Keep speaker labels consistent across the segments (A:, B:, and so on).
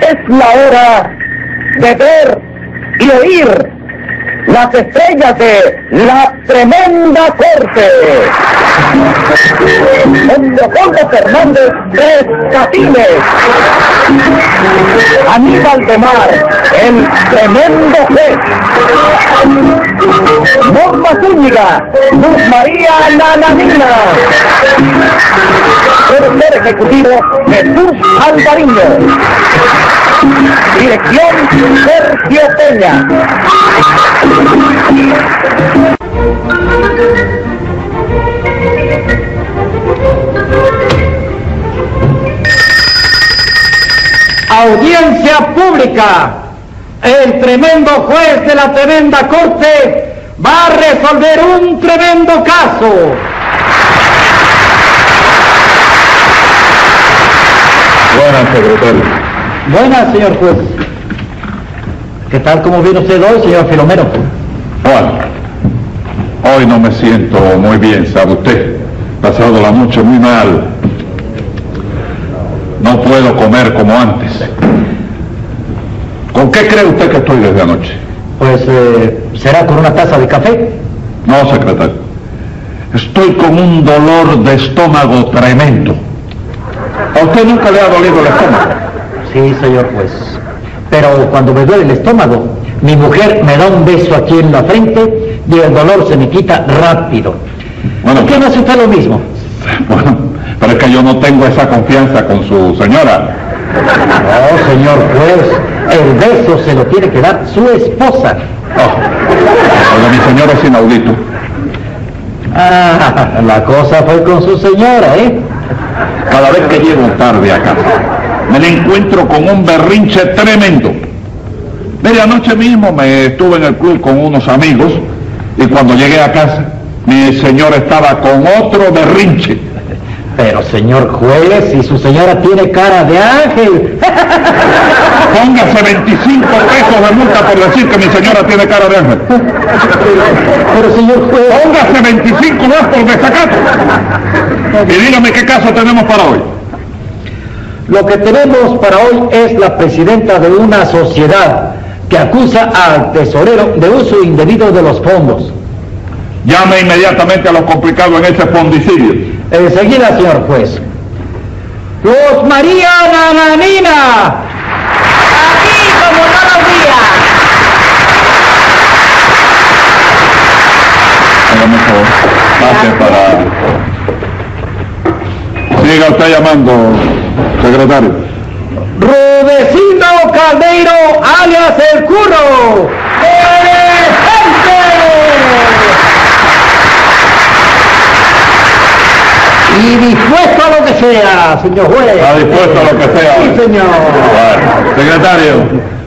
A: es la hora de ver y oír las estrellas de la tremenda corte. Don Leopoldo Fernández Tres Catines. Aníbal de Mar, el tremendo juez. Norma Zúñiga, Luz María Nananina. Productor ejecutivo Jesús Alvariño. Dirección Sergio Peña.
B: Audiencia pública. El tremendo juez de la tremenda corte va a resolver un tremendo caso.
C: Buenas, secretario.
B: Buenas, señor juez. ¿Qué tal? ¿Cómo viene usted hoy, señor Filomeno?
C: Bueno, hoy no me siento muy bien, sabe usted. Pasado la noche muy mal. No puedo comer como antes. ¿Con qué cree usted que estoy desde anoche?
B: Pues eh, será con una taza de café.
C: No, secretario. Estoy con un dolor de estómago tremendo. ¿A usted nunca le ha dolido el estómago?
B: Sí, señor juez. Pero cuando me duele el estómago, mi mujer me da un beso aquí en la frente y el dolor se me quita rápido.
C: Bueno,
B: ¿Por qué no hace usted lo mismo?
C: bueno, pero es que yo no tengo esa confianza con su señora.
B: No, señor juez, el beso se lo tiene que dar su esposa.
C: Oh, lo de mi señora es inaudito.
B: Ah, la cosa fue con su señora, ¿eh?
C: Cada vez que llego tarde a casa, me la encuentro con un berrinche tremendo. Mire, anoche mismo me estuve en el club con unos amigos y cuando llegué a casa, mi señora estaba con otro berrinche.
B: Pero señor juez, si su señora tiene cara de ángel.
C: Póngase 25 pesos de multa por decir que mi señora tiene cara de ángel.
B: Pero señor juez,
C: Póngase 25 más por desacato. Y dígame qué caso tenemos para hoy.
B: lo que tenemos para hoy es la presidenta de una sociedad que acusa al tesorero de uso indebido de los fondos.
C: Llame inmediatamente a los complicados en ese fondicidio.
B: Enseguida, señor juez. Los María Nananina.
D: Aquí como todos los días.
C: Hágame el favor. Pase para... Siga usted llamando, secretario.
B: Rudecindo Caldeiro, alias El Curro. ¡Presente! Y dispuesto a lo que sea, señor juez.
C: Está dispuesto a lo que sea.
B: Sí, señor.
C: Bueno, secretario,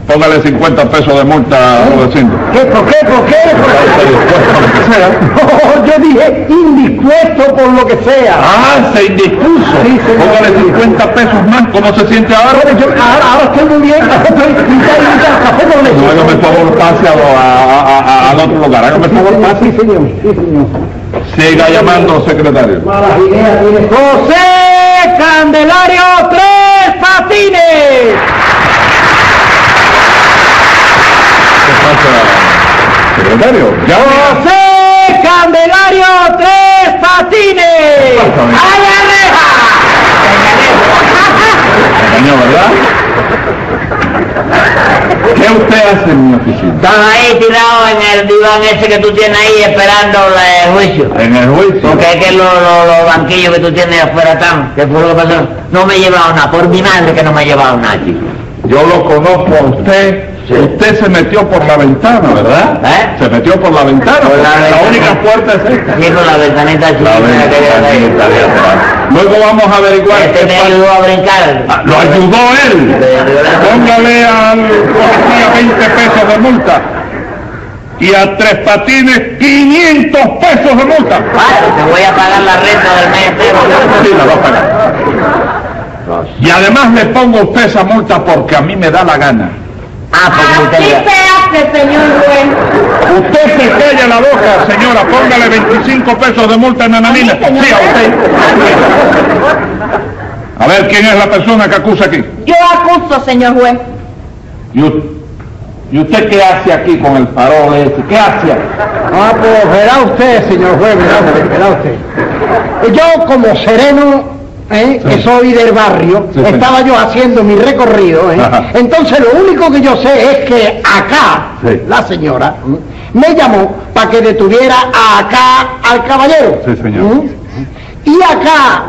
C: póngale 50 pesos de multa a Rudecindo.
B: ¿Qué, por qué, por qué?
C: Está dispuesto a lo que sea.
B: No, yo dije indispuesto por lo que sea.
C: Ah, se indispuso.
B: Sí, señor.
C: Póngale 50 pesos más. ¿Cómo se siente ahora?
B: Yo ahora, ahora estoy muy bien. Estoy el café con leche.
C: No, hágame el favor, pase a lo- a- a- a- al otro lugar. Hágame el favor, pase.
B: Ah, Sí, señor. Sí, señor.
C: Siga llamando, secretario.
B: Malas ideas tiene. José Candelario Tres Patines.
C: ¿Qué pasa, secretario? ¡Ya!
B: José Candelario Tres Patines.
C: Pásame.
D: ¡A la reja!
C: Engañó, ¿verdad? ¿Qué usted hace en mi oficina?
D: Estaba ahí tirado en el diván ese que tú tienes ahí esperando la- el juicio.
C: En el juicio.
D: Porque es que los los banquillos que tú tienes afuera están. ¿Qué fue lo que pasó? No me he llevado nada, por mi madre que no me he llevado nada, chico.
C: Yo lo conozco a usted.
D: Sí.
C: Usted se metió por la ventana, ¿verdad?
D: ¿Eh?
C: Se metió por la ventana.
D: Por
C: porque
D: la
C: la,
D: ventana.
C: única puerta es esta.
D: Chico, la ventanita chiquita que había ahí.
C: ventanita de atrás. Luego vamos a averiguar
D: Este
C: qué
D: me
C: pasa.
D: ayudó a brincar.
C: Ah, Lo ayudó él. Póngale al policía 20 pesos de multa. Y a Tres Patines 500 pesos de multa.
D: Vale, te voy a pagar la renta del mes entero.
C: Sí, la va a pagar. Y además le pongo a usted esa multa porque a mí me da la gana.
D: Ah, porque
E: Así
D: usted...
E: se hace, señor juez.
C: Usted se calla la boca, señora. Póngale 25 pesos de multa a Nananina.
E: ¿A mí, señora?
C: Sí, a usted. A ver, ¿quién es la persona que acusa aquí?
E: Yo acuso, señor juez.
C: ¿Y, u- y usted qué hace aquí con el farol ese? ¿Qué hace aquí?
B: Ah, pues verá usted, señor juez, verá usted, verá usted. Pues Yo como sereno, ¿eh? que soy del barrio,
C: Sí, sí.
B: estaba yo haciendo mi recorrido, ¿eh?
C: Ajá.
B: entonces lo único que yo sé es que acá,
C: Sí.
B: la señora, ¿m? me llamó para que detuviera a acá al caballero.
C: Sí, señor.
B: ¿m? Y acá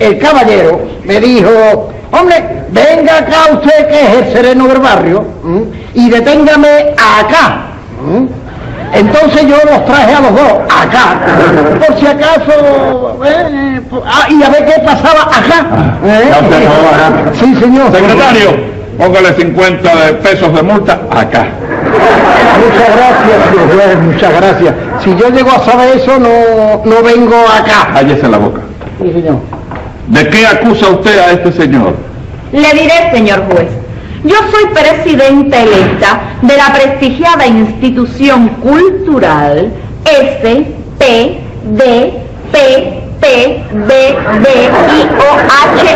B: el caballero me dijo, hombre, venga acá usted que es el sereno del barrio ¿m? y deténgame acá. ¿m? Entonces yo los traje a los dos acá, por si acaso, eh, ah, y a ver qué pasaba acá. ¿eh?
C: ya usted no va acá.
B: Sí, señor.
C: Secretario, póngale 50 de pesos de multa acá.
B: Muchas gracias, señor juez, muchas gracias. Si yo llego a saber eso, no, no vengo acá.
C: Cállese la boca.
B: Sí, señor.
C: ¿De qué acusa usted a este señor?
E: Le diré, señor juez. Yo soy presidenta electa de la prestigiada institución cultural S P D P P B B I O H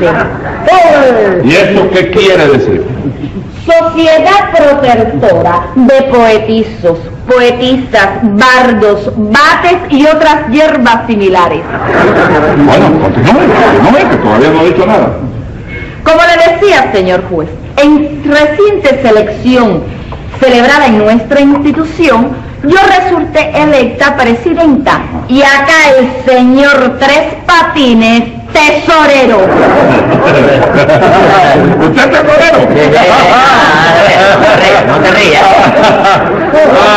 E: S.
C: ¿Y esto qué quiere decir?
E: Sociedad protectora de poetizos, poetistas, bardos, bates y otras hierbas similares.
C: Bueno, continúe, continúe, que todavía no ha dicho nada.
E: Como le decía, señor juez, en reciente selección celebrada en nuestra institución, yo resulté electa presidenta y acá el señor Tres Patines, tesorero.
C: ¿Usted es
D: Eh, a ver,
C: tesorero?
D: Ah, no te rías,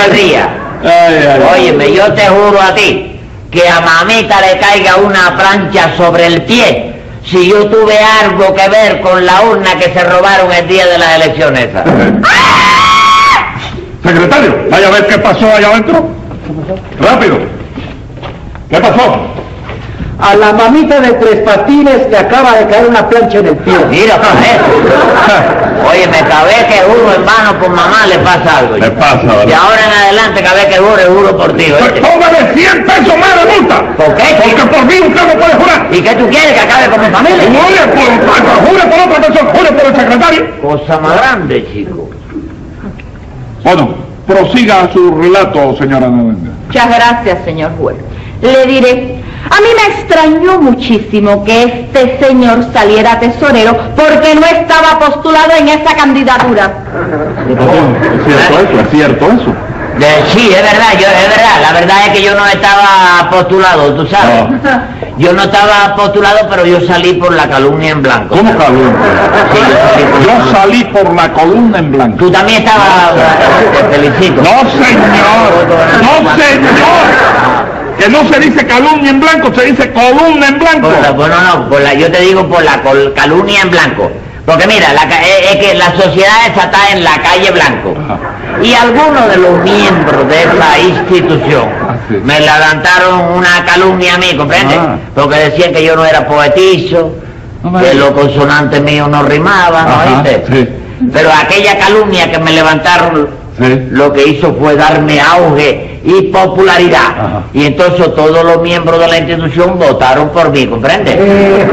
D: no te rías.
C: Ay, ay, ay.
D: Óyeme, yo te juro a ti que a mamita le caiga una plancha sobre el pie si yo tuve algo que ver con la urna que se robaron el día de las elecciones. esas.
C: Secretario, vaya a ver qué pasó allá adentro. Rápido. ¿Qué pasó?
B: A la mamita de tres patines le acaba de caer una plancha en el pie.
D: Mira pues, eh. para eso. Óyeme, cada vez que juro en vano por mamá le pasa algo.
C: Le pasa,
D: Y
C: ¿verdad?
D: ahora en adelante, cada vez que jure, juro por ti.
C: Pues
D: ¿oíste?
C: póngale 100 pesos más de multa.
D: ¿Por qué,
C: Porque
D: chico?
C: por mí usted no puede jurar.
D: ¿Y qué tú quieres que acabe con mi familia?
C: Jure por, jure por otra persona, jure por el secretario.
D: Cosa más grande, chico.
C: Bueno, prosiga su relato, señora Menéndez.
E: Muchas gracias, señor juez. Le diré, a mí me extrañó muchísimo que este señor saliera tesorero porque no estaba postulado en esa candidatura.
C: Es cierto eso, es cierto eso.
D: De- sí, es verdad, yo, es verdad. La verdad es que yo no estaba postulado, tú sabes. Yo no estaba postulado, pero yo salí por la calumnia en blanco.
C: ¿Cómo cabrón?
D: Sí, yo salí por la
C: Yo salí
D: calumnia.
C: por la columna en blanco.
D: Tú también estabas... Te felicito.
C: No, señor. No, señor. Que no se dice calumnia en blanco, se dice columna en blanco.
D: Por la- bueno, no, por la- yo te digo por la col- calumnia en blanco. Porque mira, la ca- eh, es, es que la sociedad esa está en la calle Blanco. Y algunos de los miembros de esa institución
C: Ah, sí.
D: me levantaron una calumnia a mí, ¿comprende?
C: Ah.
D: Porque decían que yo no era poetizo,
C: No me
D: que
C: digas.
D: los consonantes míos no rimaban, ¿no
C: Ajá,
D: oíste?
C: sí.
D: Pero aquella calumnia que me levantaron
C: Sí.
D: lo que hizo fue darme auge y popularidad.
C: Ajá.
D: Y entonces todos los miembros de la institución votaron por mí, ¿comprende?
B: Eh,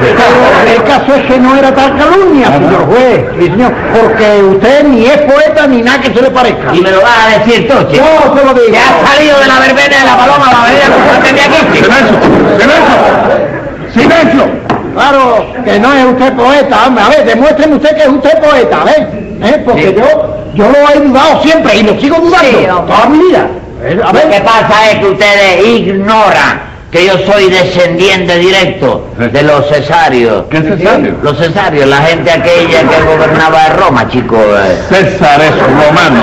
B: pero el caso es que no era tal calumnia,
C: Ah, no.
B: señor juez, sí, señor, porque usted ni es poeta ni nada que se le parezca.
D: Y me lo vas a decir tú, chico.
B: Yo se lo digo.
D: Que has salido de la verbena de la paloma la bebida que usaste de aquí, chico.
C: Silencio, silencio, silencio.
B: Claro, que no es usted poeta, hombre. A ver, demuéstreme usted que es usted poeta, a ver. ¿eh? Porque
D: Sí.
B: yo, yo lo he dudado siempre y lo sigo dudando
E: Sí, hombre.
B: toda mi vida. Eh, A
D: Lo que
B: ver,
D: pasa es que ustedes ignoran que yo soy descendiente directo
C: Sí.
D: de los cesarios.
C: ¿Qué cesario?
D: Los cesarios, la gente aquella que gobernaba Roma, chico. eh.
C: César es romano.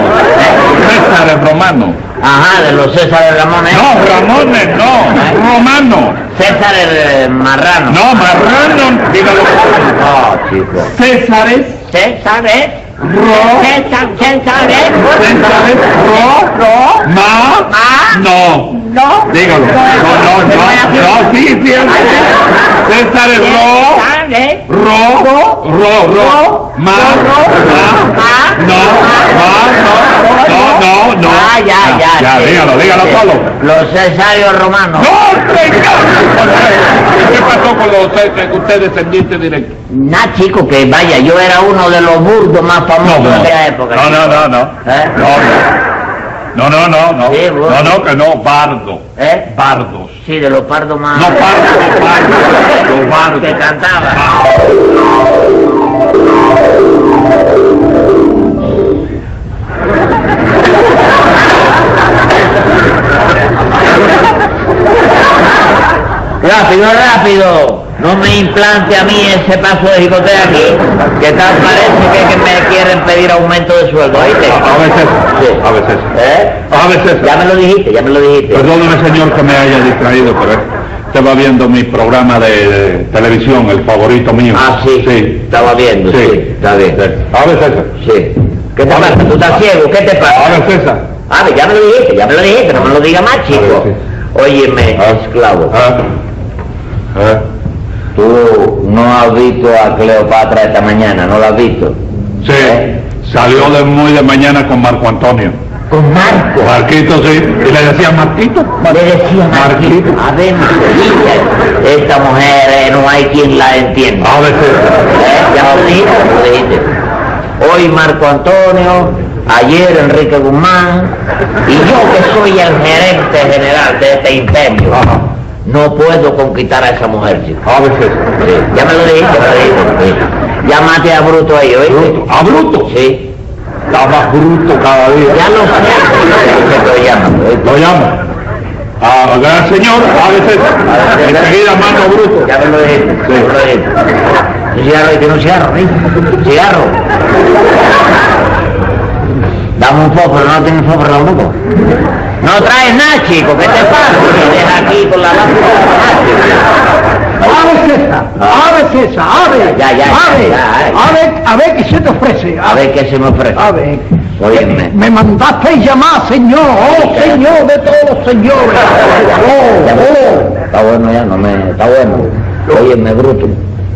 C: César es romano.
D: Ajá, de los Césares Ramones.
C: No, Ramones, no. Romano.
D: César el eh, marrano.
C: No, marrano. Dígalo.
D: No, chico.
C: César es
D: César es.
C: ro.
D: César, César es.
C: César es ro.
D: No.
C: Ma.
D: Ma.
C: No.
D: No.
C: Dígalo. No, no, no. No, sí, sí. es- César es ro.
E: ¿Qué?
C: Ro, ro, ro, ma, ma,
E: ma,
C: no, ma, no, no, no, no.
D: Ah, ya, ya.
C: Ya,
D: sí.
C: dígalo, dígalo
D: Sí.
C: solo.
D: Los cesarios romanos.
C: ¡No, señor! ¿Qué pasó con los ustedes, ustedes descendientes directos?
D: Nah, chico, que vaya, yo era uno de los burdos más famosos de aquella época.
C: no, no, no, no.
D: ¿Eh?
C: No, no, no, no, no.
D: Sí, bueno.
C: No, no, que no, bardo.
D: ¿Eh?
C: Bardos.
D: Sí, de los pardos más...
C: No pardo, no pardo, los bardos.
D: Que cantaba. Rápido, rápido. No me implante a mí ese paso de jicotea aquí, que tal parece que, que me quieren pedir aumento de sueldo, ¿oíste?
C: A veces,
D: Sí.
C: a veces.
D: ¿Eh?
C: A veces.
D: Ya me lo dijiste, ya me lo dijiste.
C: Perdóneme, señor, que me haya distraído, pero estaba viendo mi programa de, de televisión, el favorito mío.
D: Ah, sí.
C: Sí.
D: Estaba viendo, sí.
C: Sí.
D: Está bien.
C: A ver, César.
D: Sí. ¿Qué te
C: A
D: pasa?
C: ver.
D: ¿Tú estás ciego? ¿Qué te
C: A
D: pasa?
C: ver, César.
D: A ver, ya me lo dijiste, ya me lo dijiste, no me lo diga más, chico.
C: ver,
D: Óyeme,
C: Ah.
D: esclavo.
C: Ah. Ah.
D: Tú no has visto a Cleopatra esta mañana, ¿no la has visto?
C: Sí.
D: ¿Eh?
C: Salió de muy de mañana con Marco Antonio.
D: Con Marco.
C: Marquito, sí. Y le decía Marquito.
D: Le decía
C: Marquito.
D: Marquito, a ver, María, esta mujer eh, no hay quien la entienda.
C: A ver, César.
D: ¿Eh? Ya me lo dijiste, me lo dijiste. Hoy Marco Antonio, ayer Enrique Guzmán, y yo que soy el gerente general de este imperio,
C: Ajá.
D: no puedo conquistar a esa mujer, chico.
C: A ver, César.
D: Sí, Ya me lo dijiste, me lo dijiste. sí. Ya mate a Bruto ahí, ¿oíste?
C: ¿A Bruto?
D: Sí.
C: Está más bruto cada día.
D: Ya lo sé, ya sé que lo llaman, ¿oíste?
C: Lo llamo. A gran señor, a veces. Enseguida mando bruto.
D: Ya me lo dijiste, ya me lo dijiste. Un cigarro y que no cigarro, ¿eh? Cigarro. Dame un fósforo, no tienes fósforo tampoco. No traes nada, chico, ¿qué te pasa? Me dejas aquí con la lámpara.
B: Ave César, ave César, ave,
D: Ya, ya, ya,
B: ave,
D: ya, ya.
B: ave, a ver qué se te ofrece,
D: A ver qué se me ofrece.
B: a ver.
D: Óyeme.
B: Me mandaste llamar, señor, oh señor de todos los señores.
D: Ya,
B: Oh, oh.
D: Está bueno ya, no me... Está bueno. Óyeme, bruto.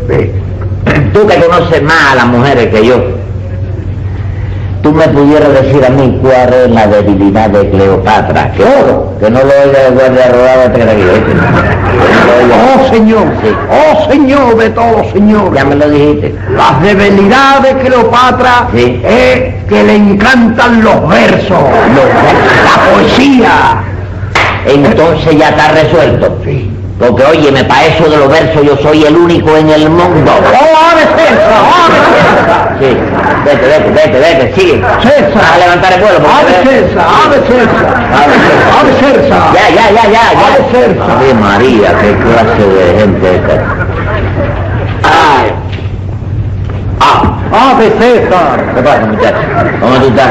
D: Tú que conoces más a las mujeres que yo, tú me pudieras decir a mí cuál es la debilidad de Cleopatra. Que,
B: Oh.
D: que no lo oiga el guardia rodado de aquí, ¿oíste? Que no lo oiga.
B: Oh señor,
D: Sí.
B: oh señor de todos los señores.
D: Ya me lo dijiste.
B: Las debilidades de Cleopatra
D: Sí.
B: es que le encantan los versos, la poesía.
D: Entonces ya está resuelto.
B: Sí.
D: Porque óyeme, para eso de los versos yo soy el único en el mundo.
B: Oh, ave César, ave César.
D: Sí, vete, vete, vete, vete, sigue.
B: César.
D: Vas a levantar el vuelo. porque-
B: Ave César, ave César, ave César.
D: Ya, ya, ya, ya, ya.
B: Ave César.
D: Ave María, qué clase de gente esta. Ay. Ah,
B: Ave César.
D: ¿qué pasa, muchacho? ¿Cómo tú estás?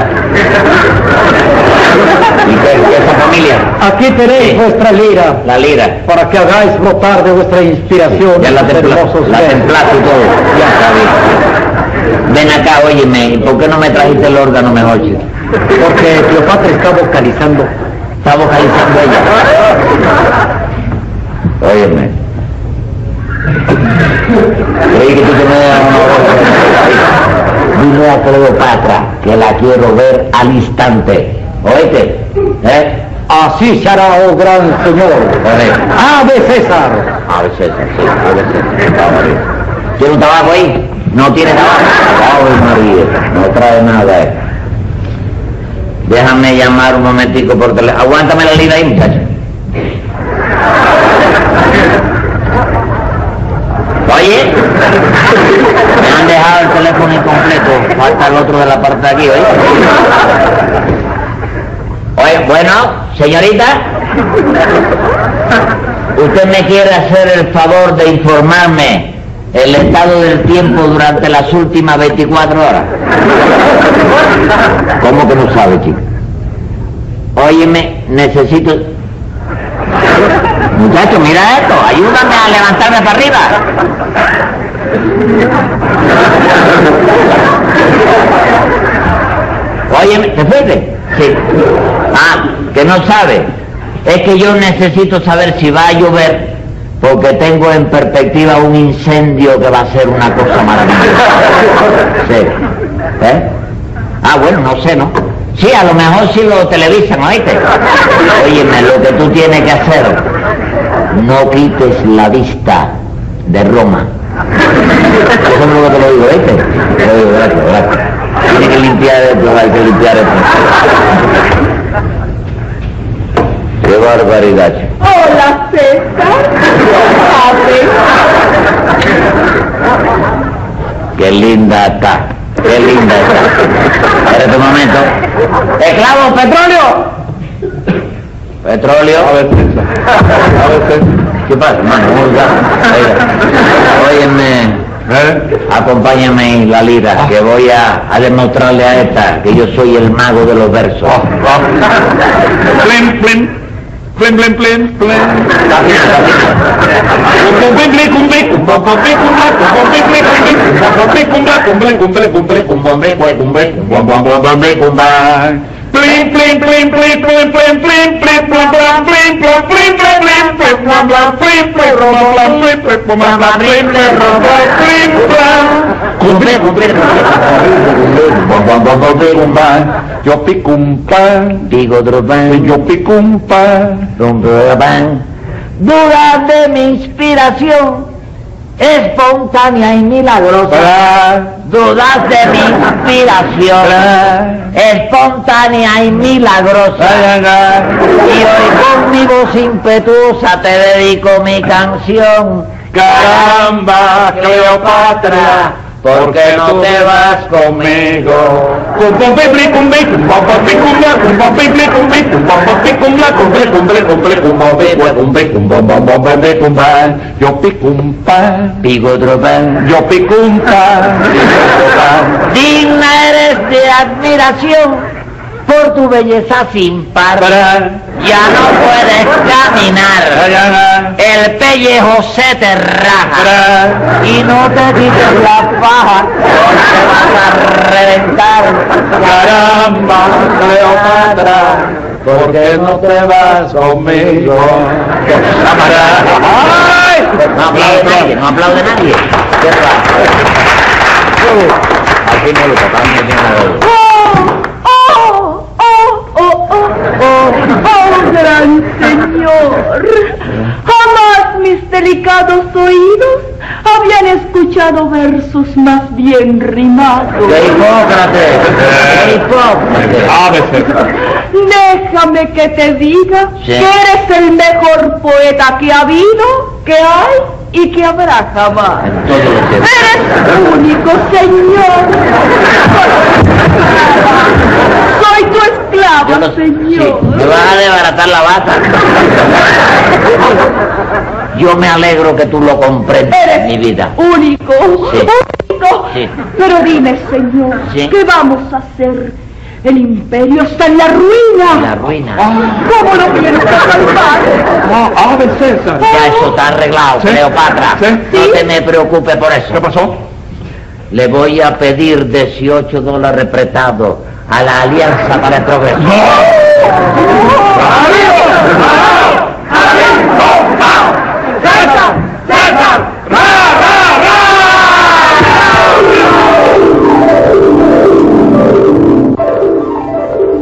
D: ¿Y qué, qué esa familia?
B: Aquí tenéis
D: Sí.
B: vuestra lira
D: La lira.
B: para que hagáis brotar de vuestra inspiración
D: Ya la
B: los
D: templaste,
B: hermosos
D: la
B: versos.
D: templaste y todo. Ya está bien. Ven acá, óyeme, ¿y ¿por qué no me trajiste el órgano mejor, chico?
B: Porque Cleopatra está vocalizando.
D: Está vocalizando ella. Óyeme. Creí que tú tenías una voz. Dile a Cleopatra que la quiero ver al instante. ¿Oíste? ¿Eh?
B: Así se hará, oh gran señor.
D: Correcto.
B: Ave César.
D: A ver, César, sí, a ver, César. está bien. ¿Tiene un tabaco ahí? ¿No tiene tabaco? Ay, María, no trae nada. eh. Déjame llamar un momentico por teléfono. Aguántame la lira ahí, muchacho. Oye, me han dejado el teléfono incompleto. Falta el otro de la parte de aquí, oye. Oye, bueno, señorita. ¿Usted me quiere hacer el favor de informarme el estado del tiempo durante las últimas 24 horas? ¿Cómo que no sabe, chico? Óyeme, necesito... Muchacho, mira esto, ayúdame a levantarme para arriba. Óyeme, ¿te fuiste? Sí. Ah, que no sabe. Es que yo necesito saber si va a llover, porque tengo en perspectiva un incendio que va a ser una cosa maravillosa. Sí. ¿Eh? Ah, bueno, no sé, ¿no? Sí, a lo mejor sí lo televisan, ¿oíste? Óyeme, lo que tú tienes que hacer, no quites la vista de Roma. Eso es lo que te lo digo, ¿oíste? Te lo digo, gracias, gracias. Tienes que limpiar esto, hay que limpiar esto. Qué barbaridad. chico.
E: Hola, César.
D: Qué linda está. Qué linda está. Espérate un momento. ¡Esclavo, petróleo! ¿Petróleo? A ver, ¿Qué pasa, hermano? ¿Cómo está? Oiga, Óyeme,
C: ¿Eh?
D: acompáñame en la lira, que voy a, a demostrarle a esta que yo soy el mago de los versos.
C: Plim, plim. Plim, plim, plim, plim. Yo pico un pan,
D: Digo Drobán,
C: yo pico un pan.
D: Don Drobán. Duda de mi inspiración, espontánea y milagrosa. Dudas de mi inspiración, espontánea y milagrosa. Y hoy con mi voz impetuosa te dedico mi canción.
C: Caramba, Cleopatra, ¿por qué no te vas conmigo? Yo pico un pan,
D: Digo Drobán,
C: yo pico un pan,
D: digna eres de admiración por tu belleza sin par. Ya no puedes caminar, el pellejo se te raja y no te quites la faja, porque vas a reventar.
C: Caramba, Cleopatra, ¿por qué no te vas conmigo? ¡Ay!
D: No aplaude nadie, no aplaude nadie. Qué raro. Aquí no lo tocamos, ni nada de eso.
E: Oh, oh, oh, oh, oh, oh, gran señor. Jamás mis delicados oídos habían escuchado versos más bien rimados.
D: ¡Qué hipócrate! ¡Qué
C: Eh,
D: hipócrate!
E: Déjame que te diga
D: Sí.
E: que eres el mejor poeta que ha habido, que hay y que habrá jamás.
D: En todo lo que...
E: Eres único, señor. Soy tu
D: Yo
E: esclava,
D: no-
E: señor.
D: sí, me vas a desbaratar la bata. Yo me alegro que tú lo comprendas,
E: Eres
D: mi vida.
E: único,
D: Sí.
E: único.
D: Sí.
E: Pero dime, señor,
D: Sí.
E: ¿qué vamos a hacer? El imperio está en la ruina.
D: La ruina.
E: ¿Cómo lo tienes que salvar?
C: ¡Ave César!
D: Ya eso está arreglado,
C: Sí.
D: Cleopatra.
C: Sí.
D: No te me preocupes por eso.
C: ¿Qué pasó?
D: Le voy a pedir 18 dólares prestados a la Alianza para el Progreso.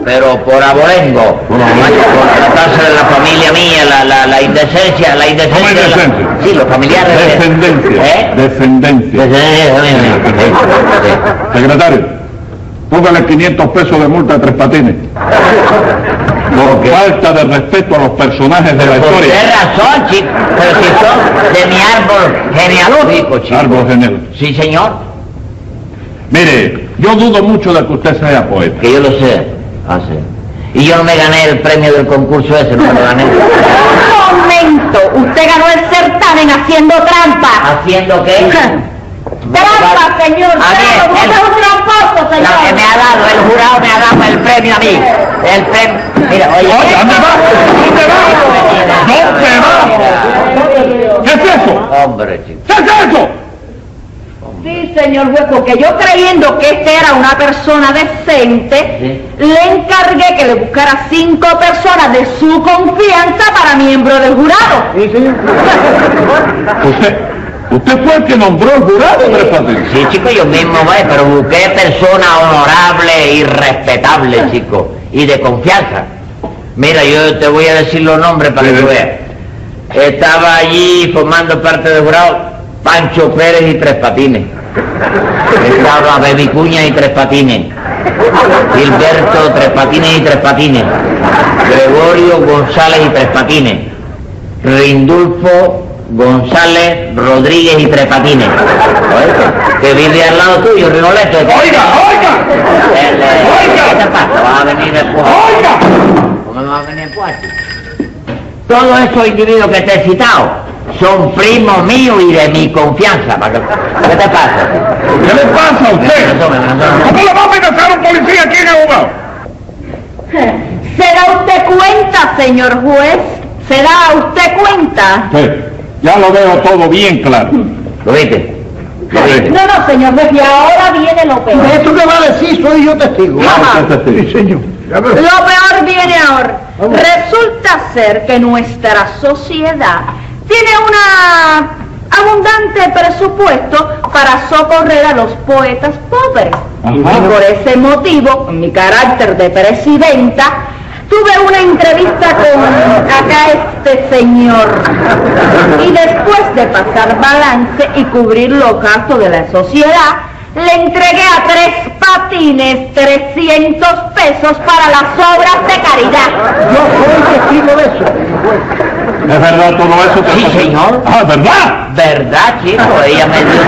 D: Pero por abolengo, por tratarse de la familia mía, la, la, la indecencia, la indecencia.
C: ¿Cómo
D: de la-
C: indecencia?
D: sí, los familiares. de- ¿Eh?
C: Descendencia. Descendencia.
D: Descendencia, sí, sí, sí.
C: Secretario, póngale 500 pesos de multa a Tres Patines. Por falta de respeto a los personajes de la
D: ¿Por qué
C: historia.
D: razón, chico? Pero si son de mi árbol genealógico, chico.
C: Árbol genial.
D: Sí, señor,
C: Mire, yo dudo mucho de que usted sea poeta.
D: que yo lo sé. Ah, sí. Y yo no me gané el premio del concurso ese, no me lo gané.
E: Un momento, usted ganó el certamen haciendo
D: Ah,
E: trampa.
D: ¿Haciendo qué?
E: Trampa, señor,
D: A mí,
E: trampa, usted
D: el-
E: es un tramposo,
D: Lo
E: señor.
D: Ah, que me ha dado, el jurado me ha dado el premio a mí. El premio. Mira, oye.
C: Oye, ¿dónde vas? ¿Dónde vas? ¿Dónde vas? ¿Qué es eso?
D: Hombre, chico.
C: ¿Qué es eso?
E: Sí, señor juez, porque yo creyendo que este era una persona decente,
D: Sí.
E: le encargué que le buscara cinco personas de su confianza para miembro del jurado.
B: Sí, señor.
C: Usted, usted fue el que nombró el jurado, Tres Patines.
D: Sí, chico, yo mismo, ve, pero busqué personas honorables y respetables, chico, y de confianza. Mira, yo te voy a decir los nombres para que
C: Sí.
D: tú veas. Estaba allí formando parte del jurado Pancho Pérez y Tres Patines. Estaba Bebicuña y Tres Patines. Gilberto Tres Patines y Tres Patines. Gregorio González y Tres Patines. Rindulfo González Rodríguez y Tres Patines. ¿Oíste? Que vive al lado tuyo, Rigoleto.
C: Oiga, oiga,
D: Él, eh,
C: Oiga.
D: ¿Qué te pasa? ¿Vas a venir después?
C: oiga.
D: ¿Cómo no va a venir después? Todos esos individuos que te he citado son primos míos y de mi confianza. ¿para que- ¿Qué te pasa?
C: ¿Qué le pasa a usted?
D: Eso me mandó.
C: ¿Cómo le va a amenazar a un policía aquí en abogado?
E: ¿Se da usted cuenta, señor juez? ¿Se da usted cuenta?
C: Sí, ya lo veo todo bien claro.
D: ¿Lo viste? ¿Lo viste?
E: No, no, señor juez, y ahora viene lo peor.
B: De esto que va a decir soy yo testigo.
E: Ajá.
C: Sí, señor.
E: Lo peor viene ahora.
B: Vamos.
E: Resulta ser que nuestra sociedad tiene un abundante presupuesto para socorrer a los poetas pobres.
C: Ajá.
E: Y por ese motivo, en mi carácter de presidenta, tuve una entrevista con acá este señor. Y después de pasar balance y cubrir los gastos de la sociedad, le entregué a tres patines 300 pesos para las obras de caridad.
B: Yo soy testigo de eso.
C: ¿Es verdad todo eso? Tres
D: Sí,
C: Patines?
D: señor.
C: Ah, ¿verdad?
D: ¿Verdad, chico? Ella me dio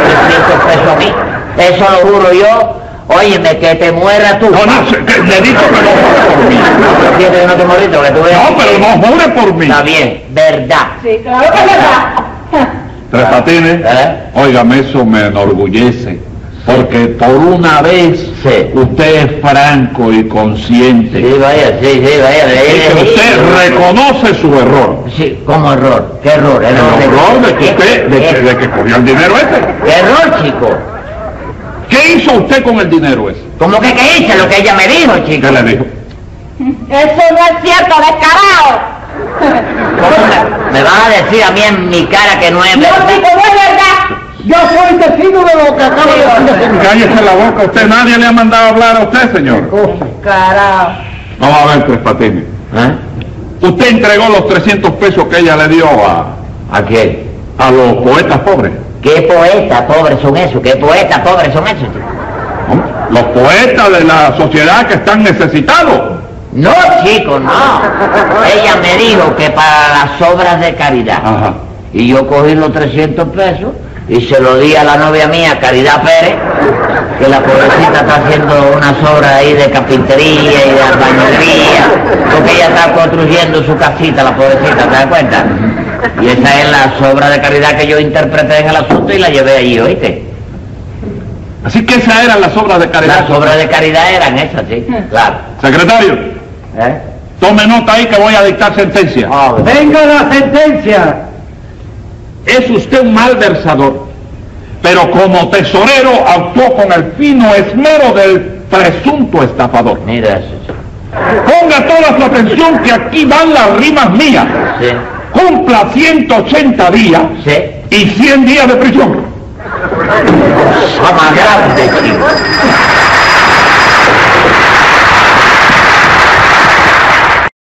D: 300 pesos a mí. Eso lo juro yo. Óyeme, que te mueras tú.
C: No, no, se- que- le he dicho que no jure por mí.
D: No fíjate que no te moriste, porque tú veas.
C: No, pero no jure por mí.
D: Está bien, verdad.
E: Sí, claro que es verdad.
C: Tres Patines,
D: ¿Eh?
C: óigame, eso me enorgullece. Porque por una vez
D: Sí.
C: usted es franco y consciente.
D: Sí, vaya, sí, sí, vaya.
C: Y
D: le-
C: que usted
D: sí.
C: reconoce su error.
D: Sí, ¿cómo error? ¿Qué error?
C: El error de que usted, de que, de que cogió el dinero ese.
D: ¿Qué error, chico?
C: ¿Qué hizo usted con el dinero ese?
D: ¿Cómo que qué hice? Lo que ella me dijo, chico.
C: ¿Qué le dijo?
E: Eso no es cierto, descarado.
D: ¿Cómo me, me vas a decir a mí en mi cara que no es
E: No,
D: verdad?
E: chico, no es verdad.
B: Yo soy testigo de lo que acaba de decir.
C: Cállese la boca, usted nadie le ha mandado a hablar a usted, señor.
B: Cosa.
E: Descarado.
C: Vamos a ver, Tres Patines.
D: ¿Eh?
C: Usted entregó los 300 pesos que ella le dio a,
D: ¿A quién?
C: a los poetas pobres.
D: ¿Qué poetas pobres son esos? ¿Qué poetas pobres son esos?
C: Hombre, Los poetas de la sociedad que están necesitados.
D: No, chico, no. Ella me dijo que para las obras de caridad.
C: Ajá.
D: Y yo cogí los 300 pesos y se lo di a la novia mía, Caridad Pérez, que la pobrecita está haciendo unas obras ahí de carpintería y de albañilería, porque ella está construyendo su casita, la pobrecita, ¿te das cuenta? Y esa es la obra de caridad que yo interpreté en el asunto y la llevé allí, ¿oíste?
C: Así que esas eran las obras de caridad.
D: Las obras de caridad eran esas, sí, claro.
C: Secretario,
D: ¿Eh?
C: tome nota ahí que voy a dictar sentencia.
D: Oh,
B: Venga la sentencia.
C: Es usted un malversador, pero como tesorero actuó con el fino esmero del presunto estafador.
D: mira eso, sí.
C: Ponga toda su atención que aquí van las rimas mías.
D: sí,
C: Cumpla 180 días
D: sí.
C: y 100 días de prisión.
D: Fama grande, chico.